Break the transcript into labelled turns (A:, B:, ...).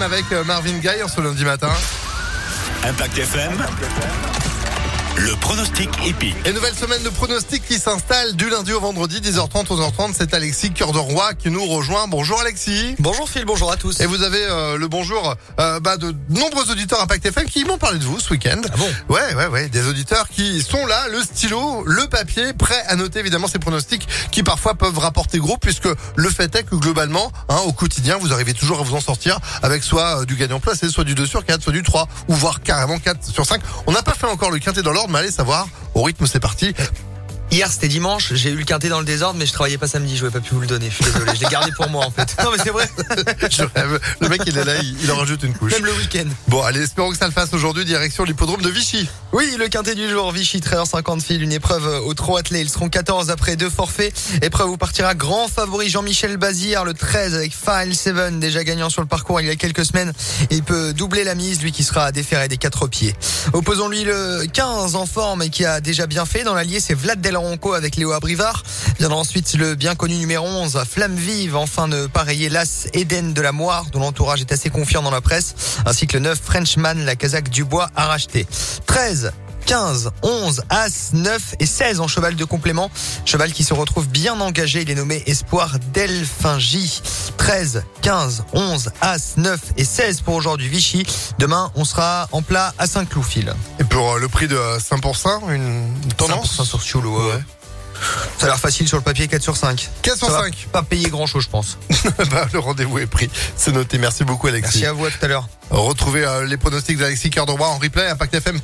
A: avec euh, Marvin Gaye en ce lundi matin.
B: Impact FM. Le pronostic épique.
A: Et nouvelle semaine de pronostic qui s'installe du lundi au vendredi 10h30 11h30. C'est Alexis Cœur de Roi qui nous rejoint. Bonjour Alexis.
C: Bonjour Phil, bonjour à tous.
A: Et vous avez euh, le bonjour euh, bah, de nombreux auditeurs Impact FM qui m'ont parlé de vous ce week-end.
C: Ah bon
A: Ouais, ouais, ouais. Des auditeurs qui sont là, le stylo, le papier, prêts à noter évidemment ces pronostics qui parfois peuvent rapporter gros puisque le fait est que globalement, hein, au quotidien, vous arrivez toujours à vous en sortir avec soit euh, du gagnant placé, soit du 2 sur 4, soit du 3, ou voire carrément 4 sur 5. On n'a pas fait encore le quintet dans l'ordre, mais allez savoir. Au rythme, c'est parti.
C: Hier c'était dimanche, j'ai eu le quintet dans le désordre, mais je travaillais pas samedi, je pouvais pas pu vous le donner. Je suis désolé, je l'ai gardé pour moi en fait. Non mais c'est vrai,
A: Je rêve. Le mec, il est là, il, il en rajoute une couche.
C: même le week-end.
A: Bon, allez, espérons que ça le fasse aujourd'hui, direction l'hippodrome de Vichy.
C: Oui, le quintet du jour, Vichy 13h50 Phil, une épreuve au trot attelé. Ils seront 14 après deux forfaits. Épreuve où partira grand favori Jean-Michel Bazir, le 13 avec File 7, déjà gagnant sur le parcours il y a quelques semaines. Il peut doubler la mise, lui qui sera déféré des quatre pieds. Opposons-lui le 15 en forme et qui a déjà bien fait. Dans l'allié, c'est Vlad Del Ronco avec Léo Abrivard. Viendra ensuite le bien connu numéro 11, Flamme Vive, enfin de pareiller l'As Eden de la Moire, dont l'entourage est assez confiant dans la presse, ainsi que le 9 Frenchman, la casaque Dubois à racheter. 13 15, 11, As, 9 et 16 en cheval de complément. Cheval qui se retrouve bien engagé. Il est nommé Espoir Delphingi. 13, 15, 11, As, 9 et 16 pour aujourd'hui Vichy. Demain, on sera en plat à Saint-Cloud, Phil.
A: Et pour euh, le prix de euh, 5%, une tendance
C: 5% sur Sioulou, ouais, ouais. Ça a l'air facile sur le papier, 4 sur 5.
A: 4 sur
C: Ça va
A: 5.
C: Pas payer grand chose, je pense.
A: Bah, le rendez-vous est pris. C'est noté. Merci beaucoup, Alexis.
C: Merci à vous, à tout à l'heure.
A: Retrouvez euh, les pronostics d'Alexis Cœur de Roi en replay, impactfm.com.